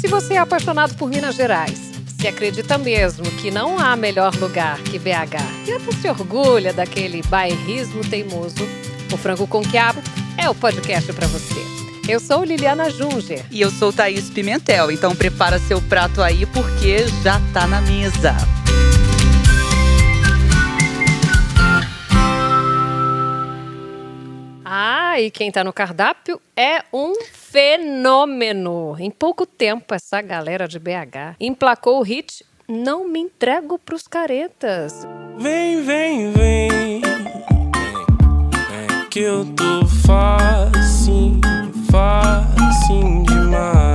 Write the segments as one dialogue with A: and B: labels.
A: Se você é apaixonado por Minas Gerais, se acredita mesmo que não há melhor lugar que BH e até se orgulha daquele bairrismo teimoso, o Frango com Quiabo é o podcast para você. Eu sou Liliana Junger.
B: E eu sou Thaís Pimentel, então prepara seu prato aí porque já tá na mesa.
A: Ah, e quem tá no cardápio é um fenômeno. Em pouco tempo, essa galera de BH emplacou o hit Não Me Entrego Pros Caretas.
C: Vem, vem, vem. É Que eu tô facinho, facinho demais.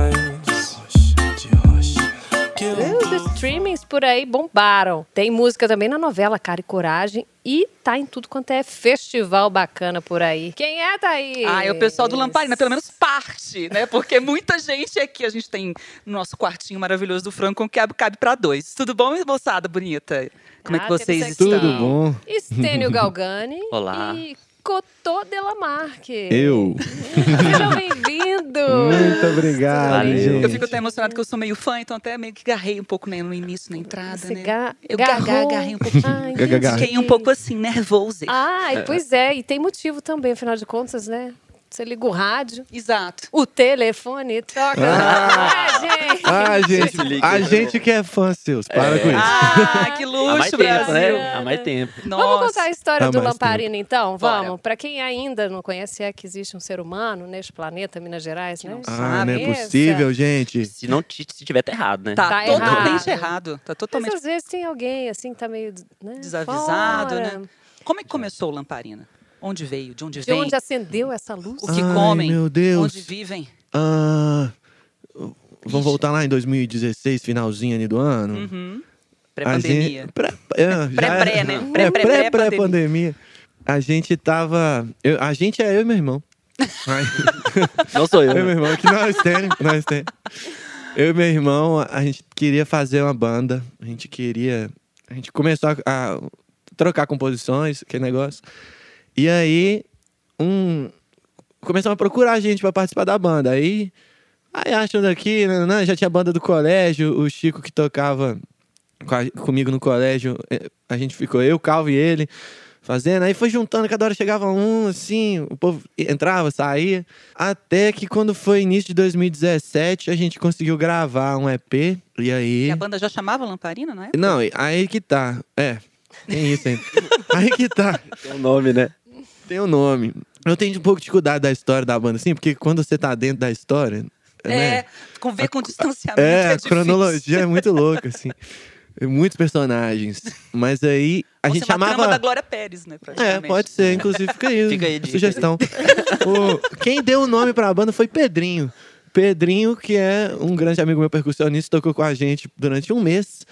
C: Que eu
A: Os streamings por aí bombaram. Tem música também na novela Cara e Coragem e tá em tudo quanto é festival bacana por aí. Quem é, Thaís?
B: Ah, é o pessoal do Lamparina, pelo menos parte, né? Porque muita gente aqui, a gente tem no nosso quartinho maravilhoso do Franco, que cabe- cabe pra dois. Tudo bom, moçada bonita? Como é
A: Ah,
B: que
A: temos
B: vocês
A: aqui-
B: estão?
D: Tudo bom?
A: Estênio Galgani.
B: Olá.
A: E Cotô Delamarque.
D: Eu.
A: Sejam bem-vindos.
D: Muito obrigado,
A: Valeu.
D: gente.
B: Eu fico até emocionada porque eu sou meio fã, então até meio que garrei um pouco né, no início, na entrada,
A: Você
B: né?
A: ga-
B: eu
A: garrou?
B: garra- garrei um pouquinho.
A: Ah,
D: Gaga-
A: entendi.
B: Fiquei um pouco assim, nervosa.
A: Ai, pois é. E tem motivo também, afinal de contas, né? Você liga o rádio,
B: Exato.
A: o telefone toca. É, gente.
D: Ah, gente,
E: líquido
D: a
E: é
D: gente que é fã seus, para
E: É.
D: com isso.
B: Ah, que luxo,
E: Há mais tempo,
B: Brasil.
E: né? Há mais tempo.
B: Nossa.
A: Vamos contar a história
D: Há
A: do
D: mais
A: Lamparina, então?
B: Bora.
A: Vamos. Para quem ainda não conhece, é que existe um ser humano neste planeta, Minas Gerais, né?
D: Ah, não é
A: Cabeça.
D: possível, gente.
E: Se não ti- se tiver, tá errado, né?
B: Tá,
A: Tá
B: totalmente errado. Tá
A: Mas
B: totalmente.
A: às vezes tem alguém assim que tá meio né,
B: Desavisado,
A: fora.
B: né? Como é que começou o Lamparina? Onde veio? De onde
A: De
B: vem?
A: onde acendeu essa luz?
B: O que
D: Ai,
B: comem?
D: meu Deus.
B: Onde vivem?
D: Ah, vamos voltar lá em 2016, finalzinho ali do ano?
B: Uhum.
D: A
B: Pré-pandemia.
D: gente- pré- é, já
B: Pré-pré,
D: era-
B: né?
D: É,
B: Pré- pré-
D: pré-
B: pré-pandemia.
D: Pré-pandemia. A gente tava. eu- a gente é eu e meu irmão. Ai,
E: Não sou eu.
D: eu e meu
E: né?
D: irmão, que nós temos, nós temos. Eu e meu irmão, a- a gente queria fazer uma banda. A gente queria. A gente começou a, a trocar composições, aquele negócio. E aí, um. Começaram a procurar a gente pra participar da banda. Aí. Aí achando aqui, nananã, já tinha a banda do colégio, o Chico que tocava com a- comigo no colégio, eh, a gente ficou eu, Calvo e ele fazendo. Aí foi juntando, cada hora chegava um, assim, o povo entrava, saía. Até que quando foi início de 2017, a gente conseguiu gravar um EP. E aí.
B: E a banda já chamava Lamparina, não é?
D: Não, e- aí que tá. É, tem isso ainda. aí que tá.
E: Tem um nome, né?
D: Tem o nome. Eu tenho um pouco de dificuldade da história da banda, assim, porque quando você tá dentro da história. né?
B: É, com ver com distanciamento.
D: É,
B: É,
D: a
B: difícil.
D: cronologia é muito louca, assim. Muitos personagens. Mas aí a
B: Ou
D: gente
B: ser é uma trama da
D: chamava.
B: Glória Pérez, né?
D: É,
B: praticamente.
D: pode ser, inclusive, fica aí.
E: Fica aí a dica.
D: sugestão. O- quem deu o nome pra banda foi Pedrinho. Pedrinho, que é um grande amigo meu percussionista, tocou com a gente durante um mês.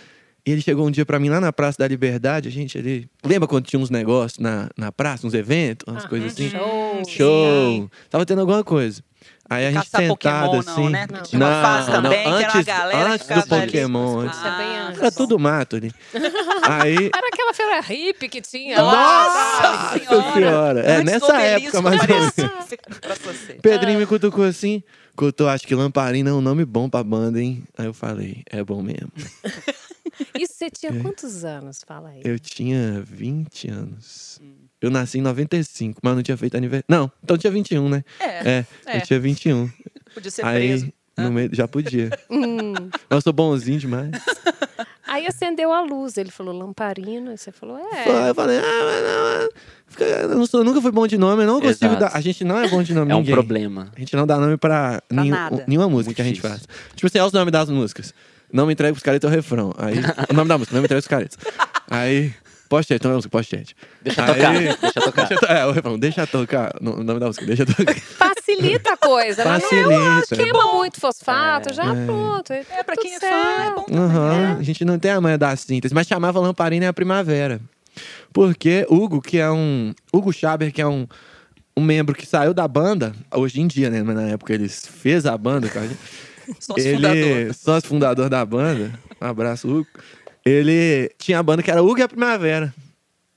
D: E ele chegou um dia pra mim lá na Praça da Liberdade, a gente ali. Lembra quando tinha uns negócios na, na praça, uns eventos, umas
A: Ah,
D: coisas
B: uhum.
D: assim?
A: Show.
D: Show! Tava tendo alguma coisa. Aí a gente
B: Caçar
D: sentado
B: Pokémon,
D: assim.
B: não, né? Porque
A: Não.
B: Tinha uma fase
D: Não, não,
B: também, que era uma
D: antes-
B: galera
D: antes
B: que
D: do
B: ficava ali. Ah,
D: Pokémon, antes.
A: Isso é bem antes.
D: Era tudo mato ali. Aí.
A: Era aquela feira hippie que tinha.
B: Nossa
D: Nossa senhora! É,
B: Antes do
D: nessa
B: Obelisco É.
D: época, mais ou menos.
B: aparecer pra você.
D: Pedrinho me cutucou assim. Cutou, acho que Lamparina é um nome bom pra banda, hein? Aí eu falei, é bom mesmo.
A: Isso você tinha quantos anos? Fala aí.
D: É. Eu tinha 20 anos.
B: Hum.
D: Eu nasci em 95, mas não tinha feito aniversário. Não, então tinha 21, né?
B: É,
D: É,
B: É.
D: eu tinha 21.
B: podia ser preso. né? Hum.
D: Aí, no meio, já podia. Mas eu sou bonzinho demais.
A: Aí acendeu a luz. Ele falou lamparina. E você falou, é.
D: Aí Eu falei, ah, mas não, ah, fica- eu não sou- nunca fui bom de nome, eu não consigo
E: Exato.
D: dar. A gente não é bom de nome,
E: É um
D: ninguém.
E: problema.
D: A gente não dá nome pra,
B: Pra
D: nenhum-
B: nada.
D: nenhuma música
E: Muito
D: que a gente
E: difícil.
D: faz. Tipo assim, olha os nomes das músicas. Não me entregue pros caras e teu refrão. Aí, o nome da música, não me entregue pros caras. Aí, postete, não é música, postete.
E: Deixa
D: Aí-
E: tocar. Deixa tocar.
D: Deixa to- é, o refrão, deixa tocar. No- O nome da música, deixa tocar.
A: Facilita a coisa. né?
D: Facilita. é
A: Não queima muito fosfato, já pronto.
B: É, pra
A: Tudo
B: quem é fã, é
A: certo.
B: bom também.
D: Aham, A gente não tem a manha da síntese, mas chamava Lamparina é a Primavera. Porque Hugo, que é um. Hugo Schaber, que é um, um membro que saiu da banda, hoje em dia, né? Mas na época ele fez a banda com a gente.
B: um Sócio fundador.
D: ele, sócio fundador da banda, um abraço, Hugo. Ele tinha a banda que era Hugo e a Primavera.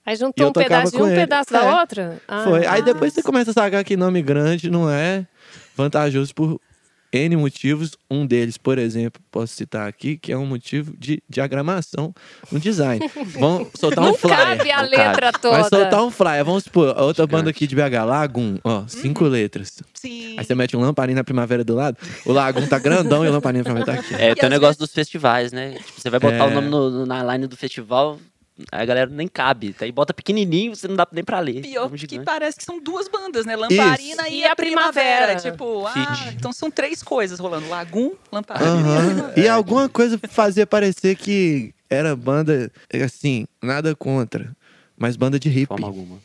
A: Aí
D: E
A: juntou
D: eu
A: um pedaço
D: tocava
A: de
D: com
A: um
D: ele.
A: pedaço
D: É.
A: da outra? Ah.
D: Foi. Aí depois você começa a sacar que nome grande não é vantajoso por N motivos. Um deles, por exemplo, posso citar aqui, que é um motivo de diagramação no design. Vão soltar um
A: Não
D: flyer.
A: cabe a
E: não cabe.
A: letra toda.
D: Vai soltar um flyer. Vamos supor, a outra
E: Gigante.
D: banda aqui de BH, Lagum, ó, cinco
A: Hum.
D: letras.
B: Sim.
D: Aí você mete um lamparina na primavera do lado, o Lagum tá grandão e o lamparina na primavera tá aqui.
E: É, tem o
B: às
E: negócio dos festivais, né? Tipo, você vai botar o
D: É.
E: nome no- no- na line do festival, aí a galera nem cabe. Aí bota pequenininho, você não dá nem pra ler.
D: é um
B: Pior
E: Nome
B: que
E: gigante.
B: parece que são duas bandas, né? Lamparina
A: Isso.
B: e,
A: E a
B: a primavera.
A: Primavera.
B: Tipo, ah,
E: Feat.
B: então são três coisas rolando: Lagum, Lamparina.
D: Aham. E alguma coisa fazia parecer que era banda, assim, nada contra. Mas banda de
E: De
D: hippie.
E: forma alguma.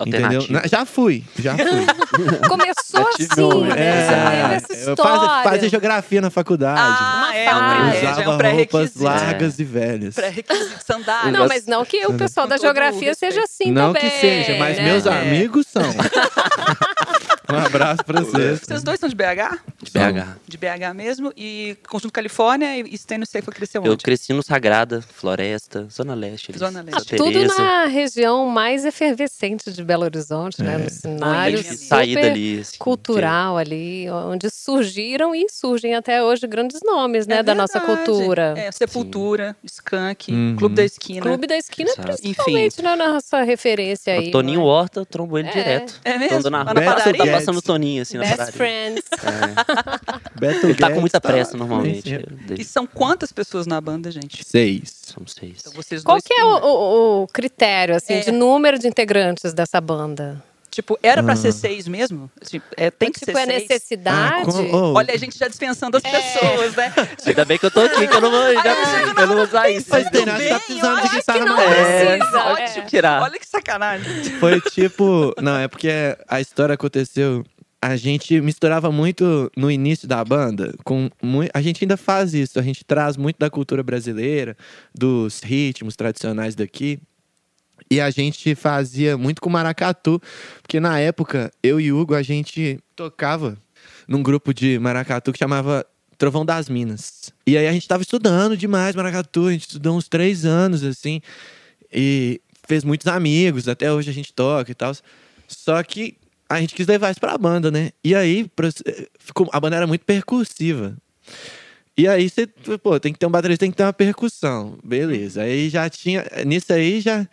D: Entendeu?
E: Alternativa.
D: Na- já fui, já fui.
E: um-
A: Começou
E: Já tive um-
A: assim, né? Você teve essa
D: eu fazia,
A: história.
D: fazia geografia na faculdade.
B: Ah, é, um
A: Ah,
B: pré- já é
D: usava
B: um
D: roupas
B: pré-requisito.
D: largas e velhas.
B: Pré-requisito, sandália.
A: Ah, Não, mas não que o pessoal da
B: Com todo o
A: geografia
B: respeito.
A: seja assim
D: Não
A: também.
D: que seja, mas
A: né?
D: meus
A: É.
D: amigos são. um abraço pra vocês.
B: Vocês dois são de BH?
E: De Tá BH.
B: De BH mesmo. E Conjunto Califórnia e Stênio Seifa cresceu
E: Eu
B: onde?
E: cresci no Sagrada, Floresta, Zona Leste. ali,
B: Zona Leste.
E: Santa
A: Tudo
E: Teresa.
A: na região mais efervescente de Belo Horizonte,
D: É.
A: né? No
E: Aí
A: cenário
E: eu
B: Olha,
E: fiz saída
A: super
E: ali. assim,
A: cultural ali, onde surgiram e surgem até hoje grandes nomes, né?
B: É
A: da nossa
B: verdade.
A: cultura.
B: É, né? Sepultura, Skunk,
D: Uhum.
B: Clube da Esquina.
A: Clube da Esquina,
E: Exato.
A: principalmente, né, na nossa referência
E: porque-
A: aí.
E: Toninho
A: né?
E: Horta, trombo ele
A: É.
E: direto.
B: É mesmo?
E: Andando na
B: Lá
E: rua,
B: na
E: tá passando- tá
D: padaria?
E: passando o Toninho, assim, na
A: Best
E: padaria.
A: Friends.
E: É.
D: Beto
E: Ele tá
D: Guedes
E: com muita pressa,
D: lá,
E: normalmente.
D: né?
B: E
E: Desde-
B: são quantas pessoas na banda, gente?
D: Seis.
E: São seis.
B: Então, vocês
A: Qual
B: dois
A: que é
B: têm,
A: o,
B: né?
A: o- o critério, assim,
B: É.
A: de número de integrantes dessa banda?
B: Tipo, era pra
D: Ah.
B: ser seis mesmo? Tipo, é, tem que
A: tipo,
B: ser
A: é
B: seis?
A: necessidade?
D: com- oh,
B: Olha, a gente já dispensando as pessoas, né?
E: Ainda bem que eu tô aqui, que eu não vou, já- eu não vou usar isso.
D: Mas tem nada,
B: bem,
D: tá precisando de guitarra
A: não
D: na mão.
A: é.
E: É,
A: precisa,
E: ótimo
A: é.
E: tirar.
B: Olha que sacanagem.
D: Foi tipo. Não, é porque a história aconteceu. A gente misturava muito no início da banda. com mui- A gente ainda faz isso. A gente traz muito da cultura brasileira, dos ritmos tradicionais daqui. E a gente fazia muito com maracatu. Porque na época, eu e Hugo, a gente tocava num grupo de maracatu que chamava Trovão das Minas. E aí a gente tava estudando demais maracatu. A gente estudou uns três anos, assim. E fez muitos amigos, até hoje a gente toca e tal. Só que a gente quis levar isso pra banda, né? E aí pra- eh, ficou, a banda era muito percussiva. E aí você, pô, tem que ter um baterista, tem que ter uma percussão. Beleza. Aí já tinha, nisso aí já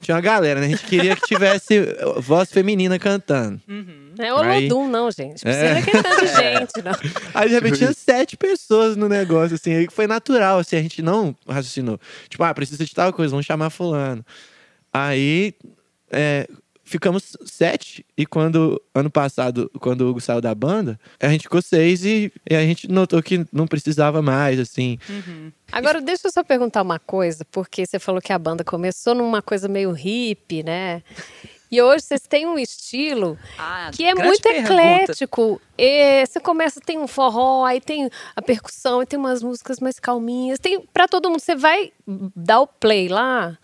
D: tinha uma galera, né? A gente queria que tivesse eh, voz feminina cantando.
A: Não é Olodum, não, gente. Precisa
D: É.
A: que é tanta gente, não.
D: Aí de repente tinha sete pessoas no negócio, assim, aí que foi natural, assim, a gente não raciocinou. Tipo, ah, precisa de tal coisa, vamos chamar fulano. Aí é, ficamos sete, e quando, ano passado, quando o Hugo saiu da banda, a gente ficou seis e, e a gente notou que não precisava mais, assim.
A: Agora, deixa eu só perguntar uma coisa, porque você falou que a banda começou numa coisa meio hippie, né? E hoje vocês têm um estilo
B: Ah,
A: que é
B: grande
A: muito
B: pergunta.
A: eclético. E você começa, tem um forró, aí tem a percussão, aí tem umas músicas mais calminhas. Tem para todo mundo. Você vai dar o play lá,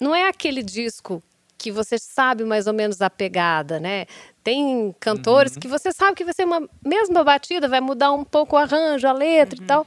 A: não é aquele disco que você sabe mais ou menos a pegada, né? Tem cantores
B: Uhum.
A: que você sabe que vai ser uma mesma batida, vai mudar um pouco o arranjo, a
B: Uhum.
A: letra e tal,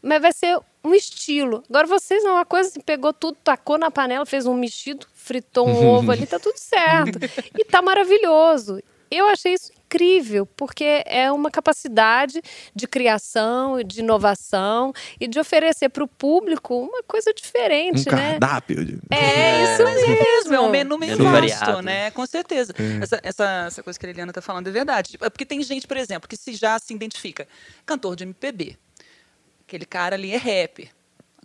A: mas vai ser um estilo. Agora vocês não, uma coisa assim, pegou tudo, tacou na panela, fez um mexido, fritou um ovo ali, tá tudo certo. E tá maravilhoso. Eu achei isso incrível, porque é uma capacidade de criação, e de inovação e de oferecer para o público uma coisa
D: Um
A: diferente, né?
D: cardápio. de-
A: É isso
B: Mas é mesmo, é um menu meio
E: Menu
B: vasto,
E: variado.
B: né? Com certeza. Essa, essa, essa coisa que a Eliana tá falando é verdade. Tipo, É porque tem gente, por exemplo, que se já se identifica. Cantor de MPB. Aquele cara ali é rapper.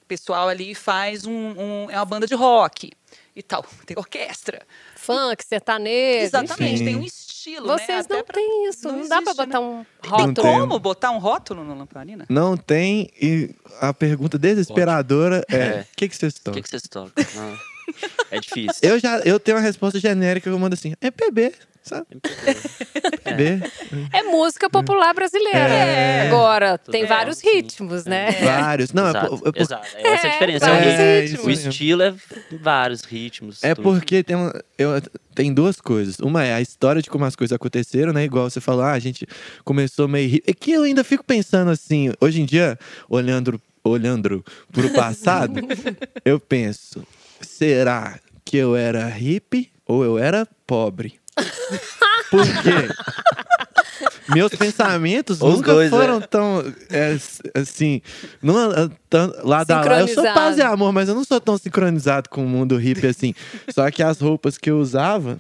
B: O pessoal ali faz um, um- É uma banda de rock e tal. Tem orquestra.
A: funk, sertanejo.
B: Exatamente,
D: Sim.
B: tem um estilo, né?
A: Vocês
B: Até
A: não
B: pra-
A: têm isso, não,
B: não né?
A: dá para
B: existe,
A: botar um
D: Não
B: Tem
D: tem.
A: rótulo.
B: como botar um rótulo no lamparina?
D: Não tem, e a pergunta desesperadora é,
E: É.
D: o que, que vocês
E: O
D: tocam?
E: que, que vocês tocam? Não. É difícil.
D: Eu já eu tenho uma resposta genérica que eu mando assim, é PB, sabe? PB.
A: É música popular brasileira.
D: É.
A: Agora,
E: Tudo
A: tem
E: bem,
B: É,
A: vários
E: sim.
A: ritmos, né?
D: Vários. Não, é,
E: exato,
D: por- é por-
E: exato. É Essa é a diferença.
A: vários
E: É,
D: É,
E: o
D: isso
E: o
D: mesmo.
E: estilo é vários ritmos.
D: É
E: tudo.
D: porque tem, uma- eu, tem duas coisas. Uma é a história de como as coisas aconteceram, né? Igual você falou, ah, a gente começou meio. ri- É que eu ainda fico pensando assim, hoje em dia, olhando, olhando pro passado, eu penso: será que eu era hippie ou eu era pobre? Por quê? Meus pensamentos
E: Os
D: nunca
E: dois, né?
D: foram tão, é, s- assim, não, ah, tão lá da lá. Eu sou
A: Sincronizado.
D: paz e amor, mas eu não sou tão sincronizado com o mundo hippie assim. Só que as roupas que eu usava,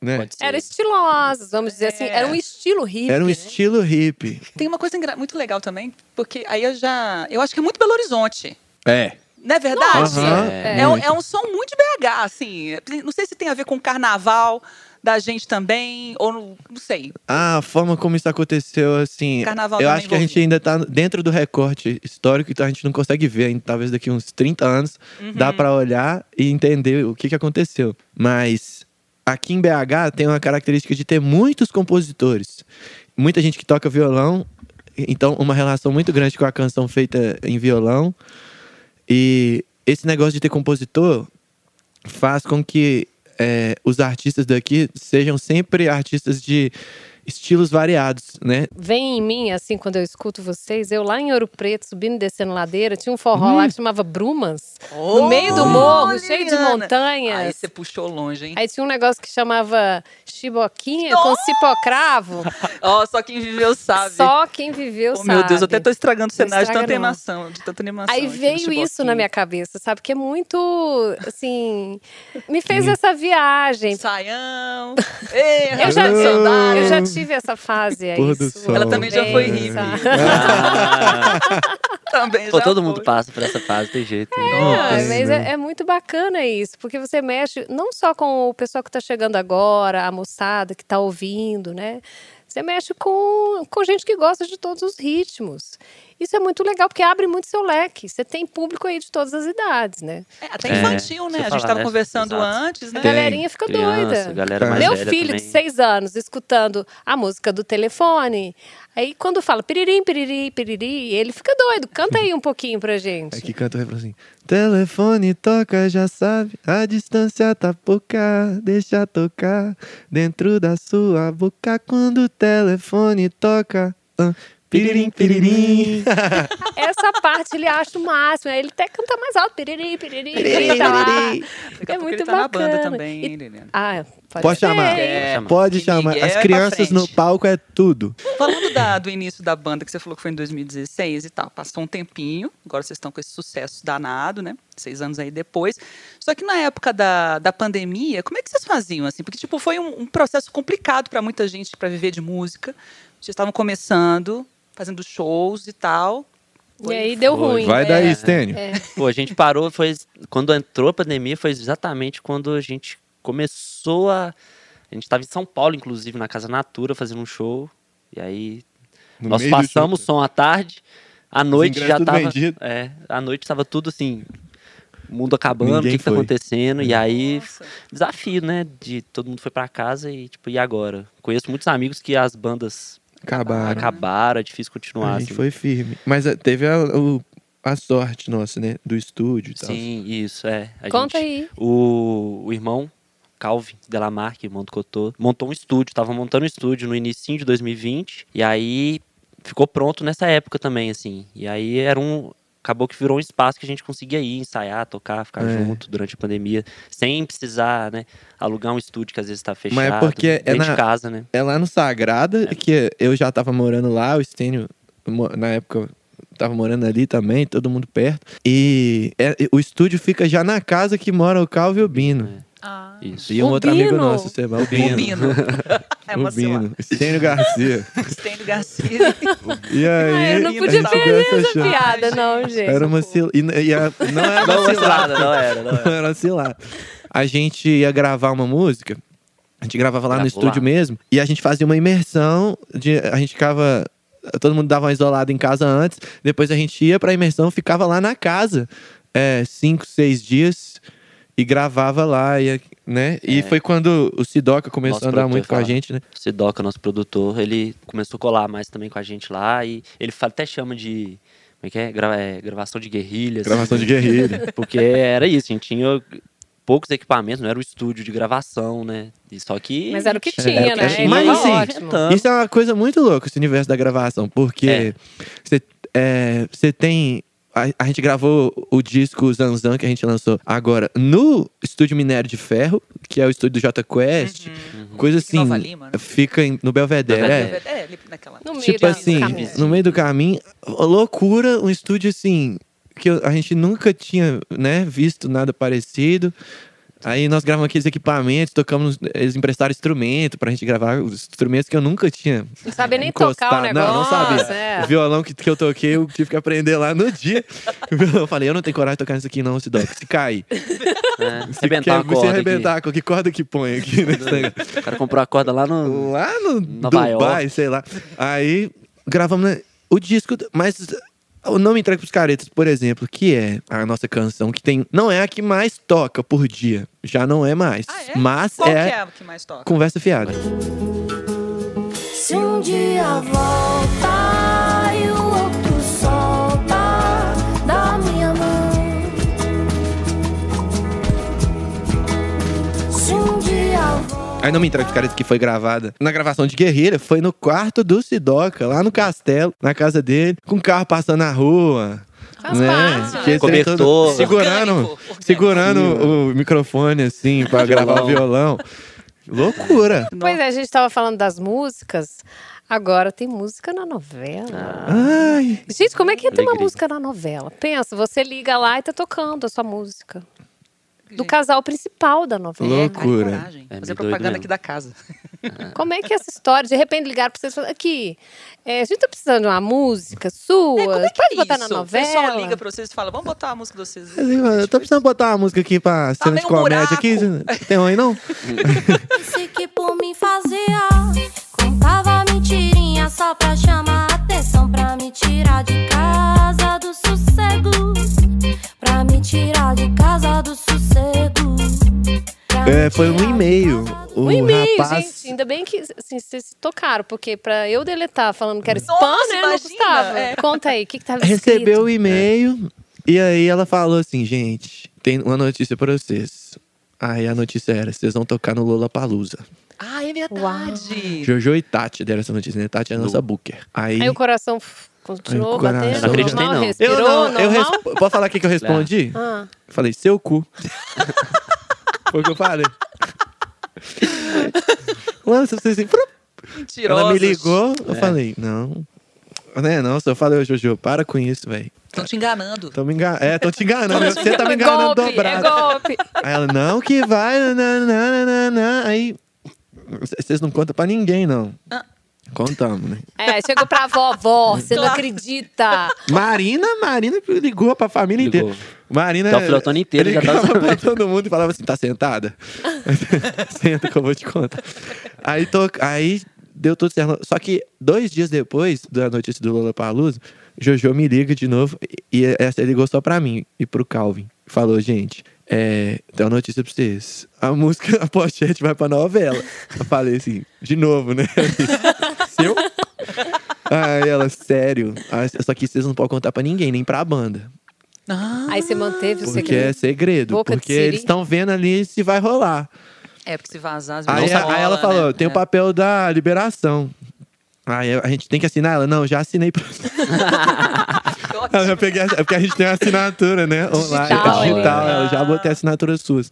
D: né,
E: Pode ser.
A: Era estilosa, vamos dizer assim. Era um
B: É.
A: estilo hippie.
D: era um
A: né?
D: estilo hippie.
B: Tem uma coisa engra- muito legal também, porque aí eu já. Eu acho que é muito Belo Horizonte.
D: É.
B: Não é verdade?
D: Aham,
B: é, é um,
D: muito.
B: é um som muito de BH, assim. Não sei se tem a ver com o carnaval da gente também, ou não, não sei.
D: Ah, a forma como isso aconteceu, assim.
B: Carnaval
D: eu
B: também
D: acho que a gente
B: envolvido.
D: ainda tá dentro do recorte histórico, então a gente não consegue ver. ainda. Talvez daqui uns 30 anos dá
B: Uhum.
D: pra olhar e entender o que, que aconteceu. Mas aqui em BH tem uma característica de ter muitos compositores. Muita gente que toca violão, então uma relação muito grande com a canção feita em violão. E esse negócio de ter compositor faz com que é, os artistas daqui sejam sempre artistas de estilos variados, né?
A: Vem em mim, assim, quando eu escuto vocês, eu lá em Ouro Preto, subindo e descendo ladeira, tinha um forró
D: Uhum.
A: lá que chamava Brumas. no meio do
B: Olha,
A: morro, cheio de
B: Ana.
A: montanhas.
B: Aí você puxou longe, hein?
A: Aí tinha um negócio que chamava chiboquinha com cipocravo.
B: Ó, só quem viveu sabe.
A: Só quem viveu
B: Oh,
A: sabe.
B: Tá meu Deus, eu até tô estragando o
A: Não
B: cenário de
A: estraga,
B: tanta
A: não.
B: animação, de tanta animação.
A: Aí
B: aqui
A: veio
B: no
A: isso na minha
B: Chiboquinho.
A: cabeça, sabe? Que é muito, assim, me
D: Uhum.
A: fez essa viagem.
B: Saião. Ei,
A: Eu já,
B: arrastando sandália.
A: eu já tive essa fase aí.
D: Pôr do
A: isso
D: sol.
B: Ela também já foi
A: compensa.
B: hippie.
E: Ah,
B: Também
E: pô,
B: já
E: todo
B: foi.
E: mundo passa por essa fase, tem jeito. né?
A: Ah,
D: Nossa.
A: mas é, é muito bacana isso, porque você mexe não só com o pessoal que está chegando agora, a moçada que está ouvindo, né? Você mexe com, com gente que gosta de todos os ritmos. Isso é muito legal, porque abre muito seu leque. Você tem público aí de todas as idades, né?
B: É, até
E: É,
B: infantil, né?
E: você
B: A gente
E: fala,
B: tava
E: né?
B: conversando
E: Exato.
B: antes, né?
A: A
D: Tem.
A: galerinha fica
E: Criança,
A: doida.
E: galera mais
D: É.
A: Meu
E: velha
A: filho
E: também.
A: de seis anos escutando a música do telefone. Aí quando fala piririm, piriri, piriri, ele fica doido. Canta aí um pouquinho pra gente.
D: É que canta o refrão assim: Telefone toca, já sabe, a distância tá pouca, deixa tocar dentro da sua boca quando o telefone toca. ah, piririm, piririm.
A: Essa parte ele acha o máximo. Aí ele até canta mais alto. Piriri, piriri,
D: Piriri,
A: grita lá.
D: piriri.
B: Daqui a
A: é
B: pouco
A: muito
B: ele tá na
A: bacana.
B: banda também, hein,
A: E-
B: Liliana?
A: Ah, pode,
D: Pode
A: ser,
D: chamar.
A: hein?
E: É, chama.
D: Pode
B: Que
D: chamar.
B: Miguel é
D: As
B: pra
D: crianças
B: frente.
D: no palco é tudo.
B: Falando da- do início da banda, que você falou que foi em 2016 e tal, passou um tempinho, agora vocês estão com esse sucesso danado, né? Seis anos aí depois. Só que na época da, da pandemia, como é que vocês faziam, assim? Porque, tipo, foi um, um processo complicado para muita gente para viver de música. Vocês estavam começando, fazendo shows e tal.
A: E aí deu
E: Foi.
A: ruim.
D: Vai
A: né?
D: daí, Stênio.
A: É.
E: Pô, a gente parou, foi quando entrou a pandemia, foi exatamente quando a gente começou a. A gente tava em São Paulo, inclusive, na Casa Natura, fazendo um show. E aí
D: No
E: nós
D: meio do
E: passamos o som à tarde, à noite
D: ingressos
E: já
D: tudo
E: tava.
D: vendido.
E: É, à noite tava tudo assim. Mundo acabando, o que,
D: Ninguém
E: que tá
D: foi.
E: acontecendo? E aí,
B: Nossa.
E: desafio, né? De todo mundo foi pra casa e, tipo, e agora? Conheço muitos amigos que as bandas
D: Acabaram.
E: acabaram, é difícil continuar.
D: A gente
E: assim.
D: foi firme. Mas eh, teve a, o- a sorte nossa, né? Do estúdio e tal.
E: Sim, isso, é. A
A: Conta
E: gente-
A: aí.
E: O, o irmão Calvin Delamarque, irmão do Cotô, montou um estúdio, tava montando um estúdio no início de 2020, e aí ficou pronto nessa época também, assim. E aí era um. Acabou que virou um espaço que a gente conseguia ir, ensaiar, tocar, ficar
D: É.
E: junto durante a pandemia, sem precisar, né, alugar um estúdio que às vezes tá fechado.
D: Mas é porque é
E: dentro
D: na-
E: de casa, né?
D: É lá no Sagrada, que eh, eu já tava morando lá, o Stênio, mo- na época, tava morando ali também, todo mundo perto. E é- o estúdio fica já na casa que mora o Calvo e o Bino.
B: Ah.
E: Isso.
D: E um
A: O
D: outro amigo
A: Bino?
D: nosso, o Seba, o Bino.
B: O Bino. é
D: O
B: uma
D: Bino. Stênio Garcia.
B: Stênio Garcia.
D: E
A: Ah,
D: aí.
A: eu não
D: a
A: podia
D: gente
B: perder
D: deu essa chance.
A: Piada, não, gente.
D: Era um uma cilada. E, e a- não assim, era
E: Não,
D: uma
E: mas
D: cilada.
E: nada, não era, não era.
D: Não era cilada. A gente ia gravar uma música. A gente gravava lá no
E: Gravou lá.
D: estúdio mesmo. E a gente fazia uma imersão. De, a gente ficava. Todo mundo dava uma isolada em casa antes. Depois a gente ia pra imersão, ficava lá na casa. é, cinco, seis dias. E gravava lá, ia, né? E foi quando o Sidoca começou
E: É. Nosso
D: a andar
E: produtor
D: muito com a
E: fala.
D: gente, né?
E: O Sidoca, nosso produtor, ele começou a colar mais também com a gente lá e ele fa- até chama de. Como é que é? Gra- é, gravação de guerrilhas.
D: Gravação de guerrilha.
E: Porque era isso, a gente tinha poucos equipamentos, não era o estúdio de gravação, né? E só que.
A: Mas era o que
E: É,
A: tinha,
E: o
A: né?
E: que tinha.
D: Mas,
E: Tava
D: assim,
A: ótimo.
E: tentando.
D: Isso é uma coisa muito louca, esse universo da gravação, porque
E: É.
D: você é, você tem. A, a gente gravou o disco Zanzan, que a gente lançou agora, no Estúdio Minério de Ferro, que é o estúdio do Jota Quest, Coisa
B: Fica em
D: assim.
B: Nova Lima, né?
D: Fica em- no Belvedere.
E: Uhum. Belvedere.
D: é.
B: É, ali naquela.
A: No meio
D: Tipo
A: do
D: assim,
A: caminho.
D: no meio do caminho, ó, loucura, um estúdio assim, que eu- a gente nunca tinha, né, visto nada parecido. Aí nós gravamos aqueles equipamentos, tocamos, nos- eles emprestaram instrumento pra gente gravar os instrumentos que eu nunca tinha.
A: Não sabia nem tocar o
D: encostado.
A: negócio.
D: Não, não sabia.
A: é.
D: O violão que, que eu toquei, eu tive que aprender lá no dia. O violão, eu falei, eu não tenho coragem de tocar nisso aqui não, se doc, se cair.
E: É,
D: Se
E: arrebentar a
D: quer- Se
E: corda.
D: arrebentar, que corda que põe aqui nesse negócio.
E: aqui. O cara comprou a corda lá no.
D: Lá no
E: Nova
D: Dubai, sei lá. Aí gravamos né, o disco, mas o Não Me Entregue Pros Caretas, por exemplo, que é a nossa canção que tem... Não é a que mais toca por dia, já não é mais.
B: Ah, é?
D: Mas
B: Qual
D: é,
B: que é a que mais toca?
D: Conversa Fiada.
F: Se um dia volta e o outro solta da minha mão. Se um dia volta.
D: Aí Não Me Entregue Pros Caretas, que foi gravada na gravação de Guerreira, foi no quarto do Sidoca, lá no castelo, na casa dele, com o carro passando na rua.
A: Faz
D: né?
A: parte,
D: Que
A: né?
D: esse trem todo-
E: Cobertor.
D: Segurando,
B: Orgânico, orgânico.
D: segurando o microfone, assim, pra gravar o violão. Loucura.
A: Pois é, a gente tava falando das músicas. Agora tem música na novela.
D: Ah, Ai...
A: Gente, como é que tem uma
E: Alegria.
A: música na novela? Pensa, você liga lá e tá tocando a sua música. Do
B: Gente.
A: casal principal da novela.
D: Louco.
B: Ai,
D: Cura.
B: coragem.
E: É
B: Fazer
E: meio doido
B: propaganda
E: mesmo.
B: aqui da casa.
A: Como é que é essa história? De repente ligaram pra vocês e falaram, aqui, é, a gente tá precisando de uma música sua.
B: É, como é que
A: Pode
B: é
A: botar na
B: isso?
A: novela.
B: O pessoal liga pra vocês e fala, vamos botar a música de vocês.
D: Assim, mano, eu tô precisando botar uma música aqui pra
A: Tá
D: cena
B: meio
A: um
D: de comédia
B: buraco.
D: aqui. Tem um aí, não?
F: Disse que por mim fazia. Contava mentirinha só pra chamar atenção. Pra me tirar de casa do sossego. Pra me tirar de casa do sossego. Pra me
D: É, foi um
F: tirar de
D: e-mail.
F: casa do
D: O
A: Um e-mail,
D: rapaz.
A: gente. Ainda bem que assim, vocês se tocaram, porque pra eu deletar falando que era spam,
B: Nossa,
A: né, não
B: imagina,
A: custava.
B: é.
A: Conta aí, o que, que tava escrito?
D: Recebeu o e-mail e aí ela falou assim: gente, tem uma notícia pra vocês. Aí a notícia era: vocês vão tocar no Lola Palusa.
B: Ah, é verdade.
D: Jojo e Tati deram essa notícia, né? Tati é a nossa booker. Aí.
A: Aí o coração f- continuou
D: Aí o coração-
A: batendo,
D: Eu não acreditei,
A: normal,
E: não.
A: respirou,
D: eu não, eu
A: normal.
D: resp... Posso falar o que que eu respondi?
A: Ah,
D: Falei, seu cu. Foi o que eu falei. Mano, se vocês.
B: Mentirosos.
D: Ela me ligou, eu falei, não. Né, não, só falei, ô Jojo, para com isso, velho.
B: Estão te enganando.
D: Tô me enganando. É, tô te enganando. Você tá me
A: é
D: enganando
A: golpe,
D: dobrado.
A: é golpe.
D: Aí ela, não, que vai, nananana. Aí. c- Vocês não contam pra ninguém, não.
B: Ah.
D: Contamos, né?
A: É, chegou pra vovó, você não acredita.
D: Marina, Marina ligou pra família
E: Ligou.
D: inteira. Marina.
E: Tá pilotando inteiro, já tá
D: ligava
E: sabendo.
D: pra todo mundo e falava assim: tá sentada? Senta que eu vou te contar. Aí, to... aí deu tudo certo. Só que dois dias depois da notícia do Lola Paluso, Jojo me liga de novo e e essa ligou só pra mim e pro Calvin. Falou, gente. É, tem uma notícia pra vocês. A música, a pochete vai pra novela. Eu falei assim, de novo, né? Seu Aí ela, sério. Ah, Só que vocês não podem contar pra ninguém, nem pra banda.
B: Ah,
A: Aí você manteve o
D: Porque é
A: segredo.
D: segredo.
A: Boca de
D: porque
A: siri.
D: eles estão vendo ali se vai rolar.
B: é, porque se vazar, as
D: Aí,
E: tá
B: mãos rolam,
D: aí ela falou:
B: né?
D: tem o
B: É.
D: papel da liberação. Aí a gente tem que assinar ela. Não, já assinei pra você.
B: Que ótimo.
D: Eu peguei a- é porque a gente tem uma assinatura, né? Online,
A: Digital,
D: é digital.
B: né?
D: Eu já botei assinaturas suas.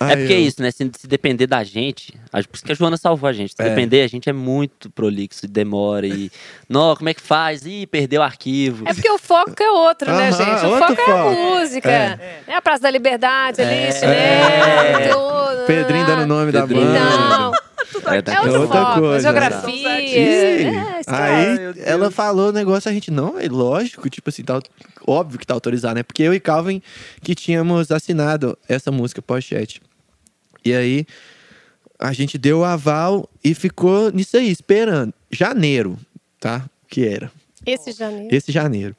E: É
D: Aí
E: porque é
D: eu-
E: isso, né? Se, se depender da gente, a- por isso que a Joana salvou a gente. Se
D: É.
E: depender, a gente é muito prolixo, e demora e. Não, como é que faz? Ih, perdeu o arquivo.
A: É porque o foco é outro, né,
D: Aham,
A: gente? O
D: outro
A: foco, é a
D: foco.
A: música.
D: É.
A: É. a Praça da Liberdade ali,
E: É.
A: chinelo, tudo.
D: Pedrinho dando o nome
E: Pedrinho.
D: da banda.
A: Não,
E: É,
A: é
E: daqui a
A: outro
E: pouco.
D: outra
A: foco.
D: coisa.
A: Geografia.
D: Ih,
A: É,
D: aí
B: né? meu Deus.
D: ela falou o negócio, a gente, não, é lógico, tipo assim, tá, óbvio que tá autorizado, né? Porque eu e Calvin que tínhamos assinado essa música pochete. E aí a gente deu o aval e ficou nisso aí, esperando. Janeiro, tá? Que era.
A: Esse janeiro.
D: Esse janeiro.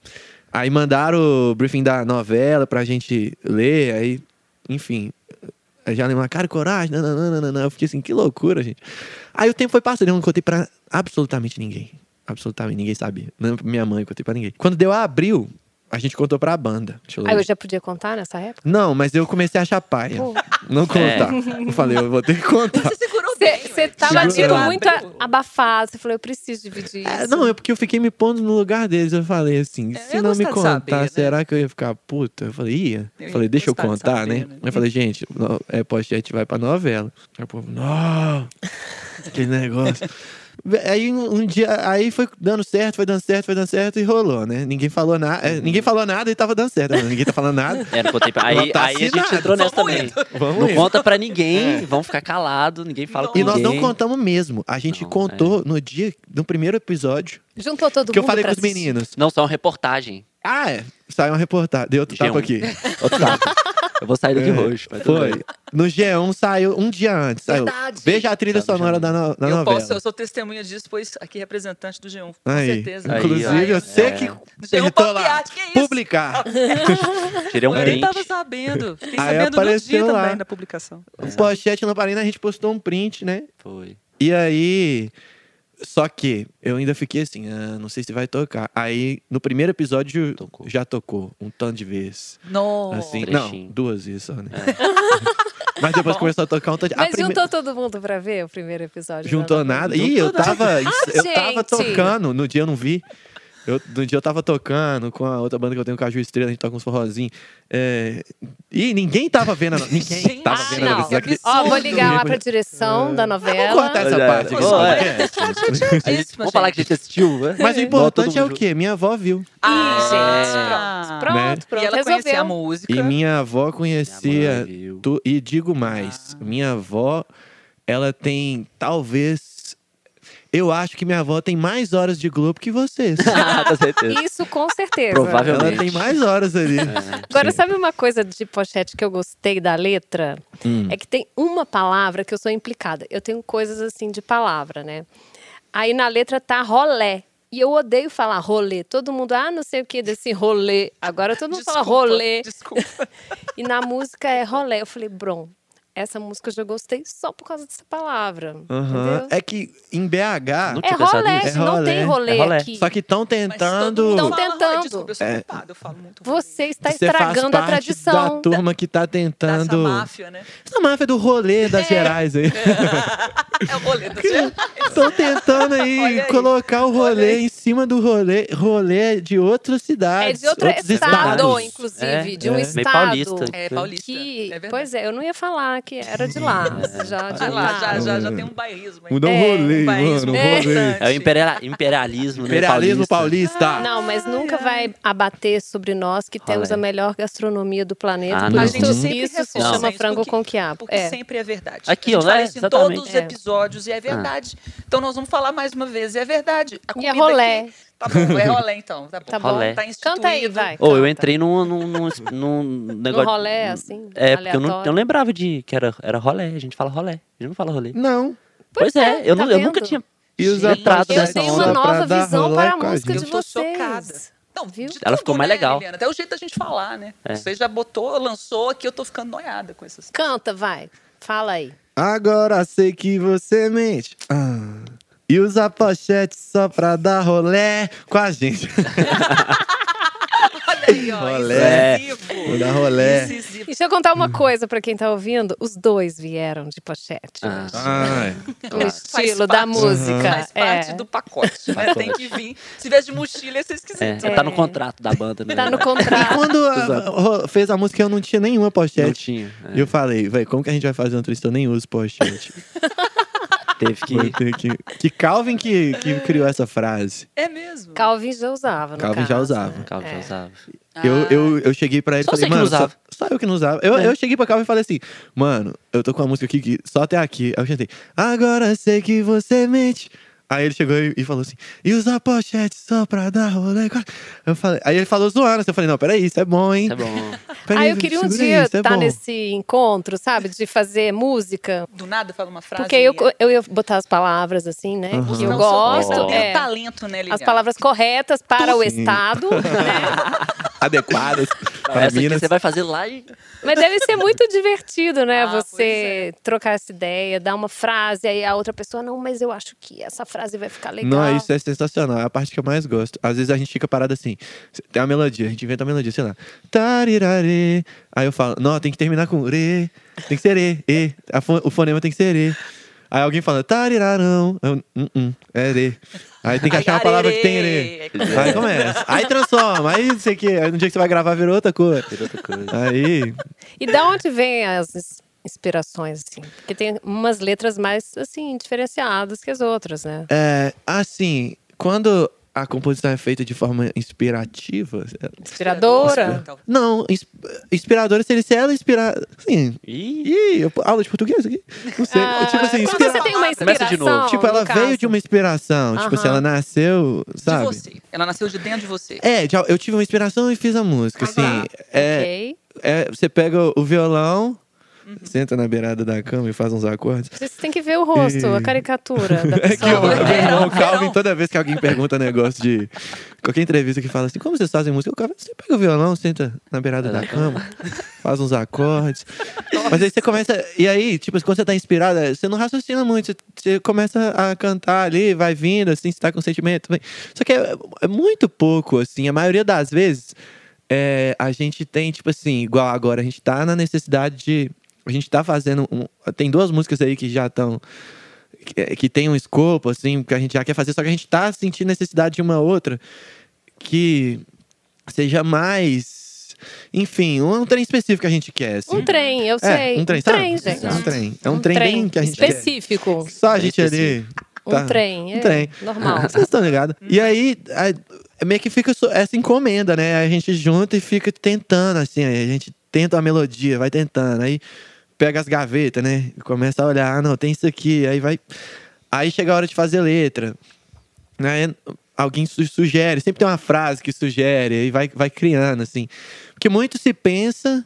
D: Aí mandaram o briefing da novela pra gente ler, aí, enfim. aí Já lembro, cara, coragem, nananana. Eu fiquei assim, que loucura, gente. Aí o tempo foi passando, eu não contei pra absolutamente ninguém. Absolutamente ninguém sabia. Não pra minha mãe, eu contei pra ninguém. Quando deu abril, a gente contou pra banda. Deixa eu
A: Aí eu
D: ler.
A: já podia contar nessa época?
D: Não, mas eu comecei a achar paia.
A: Pô. É.
D: Não contar. Eu falei, eu vou ter que contar.
B: Você segurou bem,
A: Você
B: ué.
A: tava
D: Segura
A: tipo
D: lá.
A: muito a- abafado. Você falou, eu preciso dividir
D: É,
A: isso.
D: não, é porque eu fiquei me pondo no lugar deles. Eu falei assim,
B: É,
D: se
B: eu
D: não me
B: gostar de
D: contar,
B: saber, né?
D: será que eu ia ficar puta? Eu falei, ia.
B: Eu
D: Eu
B: ia
D: falei, deixa eu
B: gostar de
D: contar,
B: saber,
D: né?
B: né?
D: Eu falei, gente, no- é pochete vai pra novela. Aí o povo, não, aquele negócio. Aí um um dia, aí foi dando certo, foi dando certo, foi dando certo e rolou, né? Ninguém falou nada,
B: Uhum.
D: ninguém falou nada e tava dando certo. Ninguém tá falando nada.
E: É, não contei pra... Aí,
D: Ela tá
E: aí a gente
D: assinada.
E: entrou nessa
B: Vamos
E: também.
D: Vamos
E: Não
D: indo.
E: conta pra ninguém, vão ficar calados, ninguém fala com
D: E nós É. não
E: ninguém.
D: contamos mesmo. A gente
E: Não,
B: é.
D: contou no dia, no primeiro episódio,
A: Juntou todo
D: que eu
A: mundo
D: falei
A: pra
D: com os
A: assistir.
D: meninos.
E: Não, só uma reportagem.
D: Ah, é. Saiu uma reportagem. Deu outro
E: G1.
D: tapa aqui.
E: Outro tapa. Eu vou sair daqui
D: É,
E: roxo. mas um. Tá, tudo
D: Foi.
E: bem.
D: No G1 saiu um dia antes. Saiu.
B: Verdade.
D: Veja a trilha
E: Tá no
D: sonora
E: G1.
D: da, no- da
B: eu
D: novela.
B: posso, eu sou testemunha disso, pois aqui representante do G1, com
D: Aí.
B: certeza.
E: Aí,
D: Inclusive,
E: ó.
D: eu sei
E: É.
D: que
B: G1
D: apertou lá.
B: Papiati, um que é isso?
D: Publicar.
E: Tirei um
D: É.
B: Eu nem
E: print.
B: tava sabendo. Fiquei
D: Aí
B: sabendo no
D: apareceu
B: dia
D: lá.
B: também da publicação.
D: O Um Pochete Lamparina, a gente postou um print, né?
E: Foi.
D: E aí. Só que eu ainda fiquei assim, ah, não sei se vai tocar. Aí, no primeiro episódio,
E: Tocou.
D: já tocou um tanto de vezes.
B: Nossa.
D: assim,
E: Trechinho.
D: não, duas vezes só, né?
E: É.
D: Mas depois começou a tocar um tanto de... a
A: Mas
D: prime-
A: juntou todo mundo pra ver o primeiro episódio? né?
D: Juntou
A: da novela?
D: nada. Ih, eu tava, eu tava
A: gente!
D: tocando, no dia eu não vi. Eu, no dia eu tava tocando com a outra banda que eu tenho, Caju Estrela, a gente toca uns forrozinhos. É, e ninguém tava vendo, a no- ninguém
B: Gente,
D: tava
A: Ah,
D: vendo. a
A: não.
D: novela, você acredita?
A: Ó, vou ligar lá pra
D: Ninguém podia- É.
A: direção da
D: Vamos cortar
A: novela.
D: essa
E: Olha,
D: parte aqui do
E: boa,
D: podcast.
E: A gente- Vamos falar que a gente assistiu, né?
D: Mas o
E: Igual todo
D: importante é o
E: mundo.
D: quê? Minha avó viu.
B: Ah,
A: Pronto,
D: né?
A: pronto,
B: E ela conhecia a
A: resolveu.
B: música.
D: E minha avó
E: Minha
D: conhecia.
E: mãe viu.
D: tu- e digo mais, minha avó, ela tem talvez. Eu acho que minha avó tem mais horas de Globo que vocês.
E: Ah, com certeza.
A: Isso, com certeza.
E: Provável.
D: Ela
E: Provavelmente.
D: tem mais horas
E: É.
D: ali.
A: Agora, sabe uma coisa de pochete que eu gostei da letra?
D: Hum.
A: É que tem uma palavra que eu sou implicada. Eu tenho coisas assim de palavra, né? Aí na letra tá rolé. E eu odeio falar rolê. Todo mundo, ah, não sei o que desse rolê. Agora todo mundo fala
B: Desculpa,
A: rolê.
B: Desculpa.
A: E na música é rolé. Eu falei, Bron, essa música eu já gostei só por causa dessa palavra.
D: Aham.
A: Entendeu?
D: É que em BH.
E: Não
A: É
E: tinha pensado
A: rolé,
E: nisso.
D: É
A: não tem
E: rolé.
A: rolê
E: É rolé.
A: aqui.
D: Só que estão
B: Mas todo
D: tentando.
B: mundo tá
A: Tão
B: fala,
A: tentando.
B: Desculpa, eu sou
D: É.
B: culpada, eu falo muito. tá
A: Você está
D: Você faz
A: tá estragando
D: parte
A: a tradição.
D: da turma que tá
B: dessa
D: tentando.
B: máfia, né?
D: Essa máfia do rolê das Gerais aí.
B: É o rolê do G1.
D: Estão tentando aí
B: Olha aí.
D: colocar o
B: Olha
D: rolê
B: aí.
D: em cima do rolê, rolê de outras
A: É
D: cidades.
A: de outro
D: outros
A: estado,
D: estados.
A: inclusive.
E: É,
A: de um
D: é.
A: estado.
E: Meio paulista.
B: É paulista.
A: Que,
B: É verdade.
A: pois é, eu não ia falar que era de lá.
E: É.
A: já, de
B: Ah,
A: lá.
B: lá, já, já, já tem um bairrismo aí.
D: Hum. Mudou
A: É,
D: o rolê,
B: um país
D: mano. o
B: importante.
D: rolê.
E: É o imperial- imperialismo, né,
D: Imperialismo paulista.
A: Ah, Não, mas nunca vai abater sobre nós que temos
E: Olha.
A: a melhor gastronomia do planeta.
E: Ah,
A: por
E: não.
B: A
A: isso-
B: gente sempre
A: isso se
B: reforça
A: chama
B: isso,
A: frango
B: porque-
A: com quiabo.
B: Porque
A: É.
B: sempre é verdade.
E: Aqui,
B: a gente
E: né?
B: fala isso em
E: Exatamente.
B: todos os
A: É.
B: episódios e
D: Ah.
B: é verdade. Então nós vamos falar mais uma vez e é verdade.
A: E
B: A
A: é
B: comida
A: rolé.
B: aqui- Tá bom, é rolé então. Tá bom.
A: Tá bom.
E: Rolé.
B: Tá instituído.
A: Canta aí, vai.
E: Ou eu
A: canta.
E: entrei num, num, num, num
A: Num
E: negócio.
A: rolé, assim,
E: É, porque eu não, eu
A: aleatório.
E: não lembrava de que era, era rolé. A gente fala rolé. A gente não fala rolê.
D: Não.
A: Pois
E: Pois,
A: é,
E: é, eu,
A: tá
E: nu- eu nunca
A: vendo?
E: tinha.
D: E os
E: Gente,
D: atrasos
E: eu
A: Eu
D: dessa
A: tenho
D: onda
A: uma nova
D: pra dar
A: visão
D: rolê
A: para a
D: com a
A: música
D: gente.
A: de
B: Eu tô
A: vocês.
B: chocada. Não,
A: Viu?
B: de
E: Ela
B: tudo,
E: ficou mais
B: né,
E: legal.
B: Eliana? Até o jeito da gente falar, né?
E: É.
B: Você já botou, lançou aqui, eu tô ficando noiada com essas.
A: Canta, vai. Fala aí.
D: Agora sei que você mente. Ah, E usa pochete só pra dar rolé com a gente.
B: Olha aí, é. ó.
D: Rolé.
B: Incisivo.
D: Vou dar rolé.
B: Incisivo.
A: E deixa eu contar
D: Uhum.
A: uma coisa para quem tá ouvindo. Os dois vieram de pochete.
E: Ah,
D: Ai.
A: O
E: claro.
A: estilo
B: Faz
A: da
B: parte.
A: música.
B: Faz parte
A: é.
B: do pacote, né? Tem que vir. Se vier de mochila, vocês
E: É,
B: quiserem.
E: Tá no
A: É.
E: contrato da banda, né?
A: Tá no
D: E
A: contrato.
D: quando a- ro- fez a música, eu não tinha nenhuma
E: Não
D: pochete.
E: tinha. né?
D: E eu falei, velho, como que a gente vai fazer uma entrevista? Eu nem uso pochete.
E: é. Teve que.
D: Vou ter que... que Calvin que, que criou essa frase.
B: É mesmo.
A: Calvin já usava, no
D: Calvin já
A: caso,
D: usava.
A: né?
E: Calma, já
A: É.
E: usava.
D: Eu, eu, eu cheguei pra ele e
E: Ah, Só
D: falei,
E: você que não
D: mano, só,
E: usava." É.
D: só eu que não usava. Eu, eu cheguei pra Calvin e falei assim, mano, eu tô com uma música aqui que só até aqui. Aí eu cantei, agora sei que você mente. Aí ele chegou e, e falou assim, e usa pochete só pra dar rolê. Eu falei, aí ele falou zoando, assim, eu falei, não, peraí, isso é bom, hein?
E: Isso é bom.
D: Peraí,
A: Ah, eu queria um
D: segura
A: dia
D: aí, isso é
A: estar
D: bom."
A: nesse encontro, sabe? De fazer música.
B: Do nada fala uma frase.
A: Porque eu,
B: Eliana.
A: eu ia botar as palavras assim, né?
D: Uhum.
A: Que
B: Não,
A: eu
B: seu-
A: gosto.
B: você tem
A: é,
B: um talento, né, Liliana?
A: as palavras corretas para o
D: Sim.
A: Estado. né?
D: Adequadas para
E: Essa aqui
D: Minas.
E: você vai fazer lá e.
A: Mas deve ser muito divertido, né?
B: Ah, pois
A: você trocar essa ideia, dar uma frase, aí a outra pessoa, não, mas eu acho que essa frase vai ficar legal.
D: Não, isso é sensacional. É a parte que eu mais gosto. Às vezes a gente fica parado assim. Tem uma melodia, a gente inventa uma melodia, sei lá. Tarirare. Aí eu falo, não, tem que terminar com re. Tem que ser re. E. A fo- o fonema tem que ser re. Aí alguém fala, tarirarão. Eu, "Hum, hum, é erê. Aí tem que
B: Aí,
D: achar uma palavra que tem erê.
B: arerê.
D: Aí começa. Aí transforma. Aí não sei o quê. Aí no dia que você vai gravar virou outra cor.
E: Tem outra coisa.
D: Aí.
A: E da onde vem as ins- inspirações, assim? Porque tem umas letras mais, assim, diferenciadas que as outras, né?
D: É, assim, quando a composição é feita de forma inspirativa.
A: É. Inspiradora.
D: Não, ins- inspiradora seria se ela inspirar. Assim.
E: Ih,
D: Ih, eu- aula de português aqui? Não sei.
A: Ah,
D: tipo assim,
A: quando você
D: inspira...
A: tem uma
E: Começa
A: inspiração,
E: de novo.
D: Tipo, ela
A: no caso.
D: veio de uma inspiração. Tipo assim,
A: Aham.
D: ela nasceu,
B: De
D: sabe?
B: você. Ela nasceu de dentro de você.
D: É, já- eu tive uma inspiração e fiz a música, assim.
A: tá.
D: É,
A: Ok. Uhum.
D: é, você pega o violão, senta na beirada da cama e faz uns acordes.
A: Você tem que ver o rosto, a
D: E-
A: caricatura da
D: É que
A: pessoa.
D: eu amo meu irmão,
B: Verão,
D: o Calvin,
B: verão.
D: toda vez que alguém pergunta um negócio de. Qualquer entrevista que fala assim, como vocês fazem música? O Calvin, você pega o violão, senta na beirada da cama, faz uns acordes. Mas aí você começa. E aí, tipo, quando você tá inspirada, você não raciocina muito. Você, você começa a cantar ali, vai vindo, assim, você tá com sentimento. vem. Só que é, é muito pouco, assim. A maioria das vezes, é, a gente tem, tipo assim, igual agora, a gente tá na necessidade de. A gente tá fazendo. um- tem duas músicas aí que já estão que, que tem um escopo, assim, que a gente já quer fazer, só que a gente tá sentindo necessidade de uma outra que seja mais. Enfim, um trem específico que a gente quer, assim.
A: Um trem, eu
D: é,
A: sei.
D: um trem, sabe?
A: trem, gente.
D: É um trem. É um, trem, bem que a gente
A: Específico.
D: quer. Só a gente ali.
A: Um
D: tá.
A: trem.
D: Um
A: é,
D: trem.
A: Normal.
D: Vocês estão ligados? E aí, a- meio que fica so- essa encomenda, né? A gente junta e fica tentando, assim. aí A gente tenta a melodia, vai tentando. Aí pega as gavetas, né? e Começa a olhar, ah, não, tem isso aqui. Aí vai... Aí chega a hora de fazer letra. Né? Alguém su- sugere, sempre tem uma frase que sugere. Aí vai, vai criando, assim. Porque muito se pensa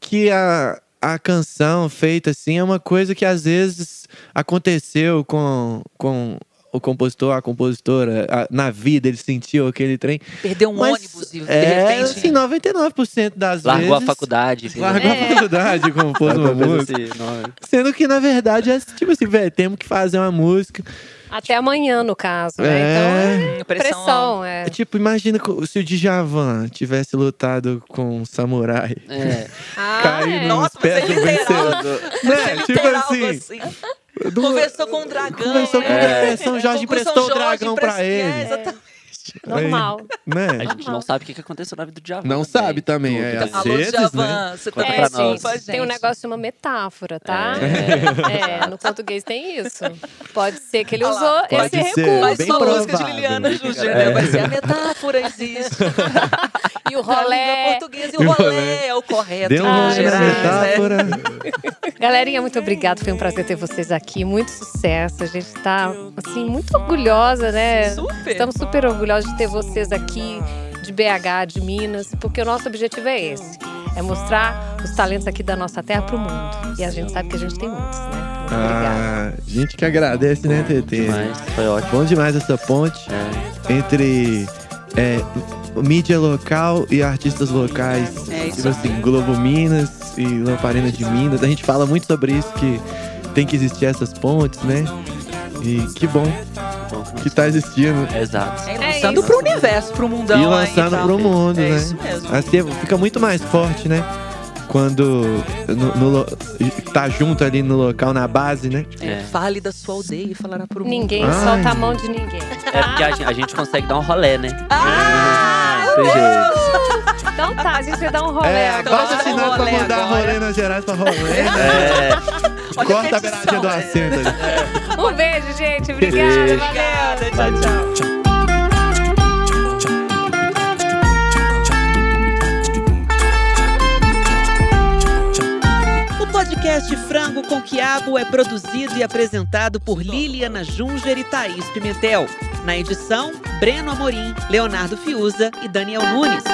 D: que a, a canção feita assim é uma coisa que às vezes aconteceu com, com o compositor, a compositora, a- na vida ele sentiu aquele trem.
B: Perdeu um
D: Mas
B: ônibus e de
D: é,
B: repente.
D: Assim, 99% das
E: largou a
D: vezes.
E: faculdade. fez-
D: Largou
A: É.
D: a faculdade, compôs
E: Largou
D: uma
E: a coisa
D: música.
E: assim, não,
D: Sendo que, na verdade, é tipo assim, velho, temos que fazer uma música.
A: Até amanhã, no caso. Né?
D: É.
A: Então,
B: Hum,
A: é pressão.
B: pressão.
A: é.
D: É Tipo, imagina co- se o Djavan tivesse lutado com um samurai.
E: É.
A: Ah,
D: Cair
A: é.
D: num
B: Nossa, mas
D: pé
B: é
D: do
B: literal.
D: vencedor. Né? Tipo
B: Literal,
D: assim.
B: assim.
D: do-
B: Conversou com o dragão.
D: Conversou com
B: né?
D: é, São Jorge
B: Concurso São
D: emprestou o dragão
B: Jorge
D: pra
B: emprestou-
D: ele.
B: É, exatamente.
A: Normal.
E: A
D: Né?
E: gente não sabe o que que aconteceu na vida do Djavan. né?
D: Não sabe também, é,
E: Tudo,
D: às
E: né?
B: Alô,
D: vezes,
B: Javan,
D: né?
B: você tá
E: Conta
A: É,
E: pra
B: é,
E: nós.
A: gente, tem um negócio, uma metáfora, tá? É. no português tem isso. Pode ser que ele
B: Olha
A: usou
B: lá,
D: pode
A: esse
D: ser,
A: recurso.
B: Mais
D: É, Bem
B: uma música de
D: provável.
B: Liliana Júlia,
E: É.
B: né? Vai ser a metáfora existe.
A: E o
B: Na língua
A: rolé.
B: portuguesa e o rolê é o correto.
D: Deu um
A: Ah,
D: longe na
B: né?
A: Gerais,
D: metáfora.
A: Galerinha, muito obrigada. Foi um prazer ter vocês aqui. Muito sucesso. A gente tá, assim, muito orgulhosa, né?
B: Super.
A: Estamos super orgulhosos de ter vocês aqui de BH, de Minas, porque o nosso objetivo é esse: é mostrar os talentos aqui da nossa terra pro mundo. E a gente sabe que a gente tem muitos, né? Muito obrigada.
D: Ah, gente que agradece, né, TT?
E: Mas foi ótimo.
D: Bom demais essa ponte entre é, mídia local e artistas locais.
B: É isso
D: tipo assim, Globo Minas e Lamparina de Minas. A gente fala muito sobre isso, que tem que existir essas pontes, né? E que bom
E: Bom,
D: que tá existindo.
E: um Exato.
B: É,
A: É
B: lançando
A: isso.
B: pro universo, pro mundão.
D: e
B: aí,
D: lançando
B: tá?
D: pro mundo,
B: É
D: né?
B: isso mesmo.
D: Assim, fica muito mais forte, né? Quando no- no lo- tá junto ali no local, na base, né?
B: É, Fale da sua aldeia e falará pro mundo.
A: Ninguém
D: Ai.
A: solta a mão de ninguém.
E: É porque a gente, a gente consegue dar um rolé, né?
B: Ah!
E: Tem jeito.
A: Então tá, a gente vai dar um rolê
D: É,
A: agora.
D: agora assinado pra
B: um rolê
D: mandar
B: agora.
D: rolê nas gerais pra rolê. né?
B: Olha
D: Corta a
B: petição,
D: beiradinha do
B: né?
D: acento ali.
A: Um beijo, gente. Obrigada.
D: Beijo.
A: Valeu.
B: Obrigada, tchau, tchau. O podcast Frango com Quiabo é produzido e apresentado por Liliana Junger e Thaís Pimentel. Na edição, Breno Amorim, Leonardo Fiuza e Daniel Nunes.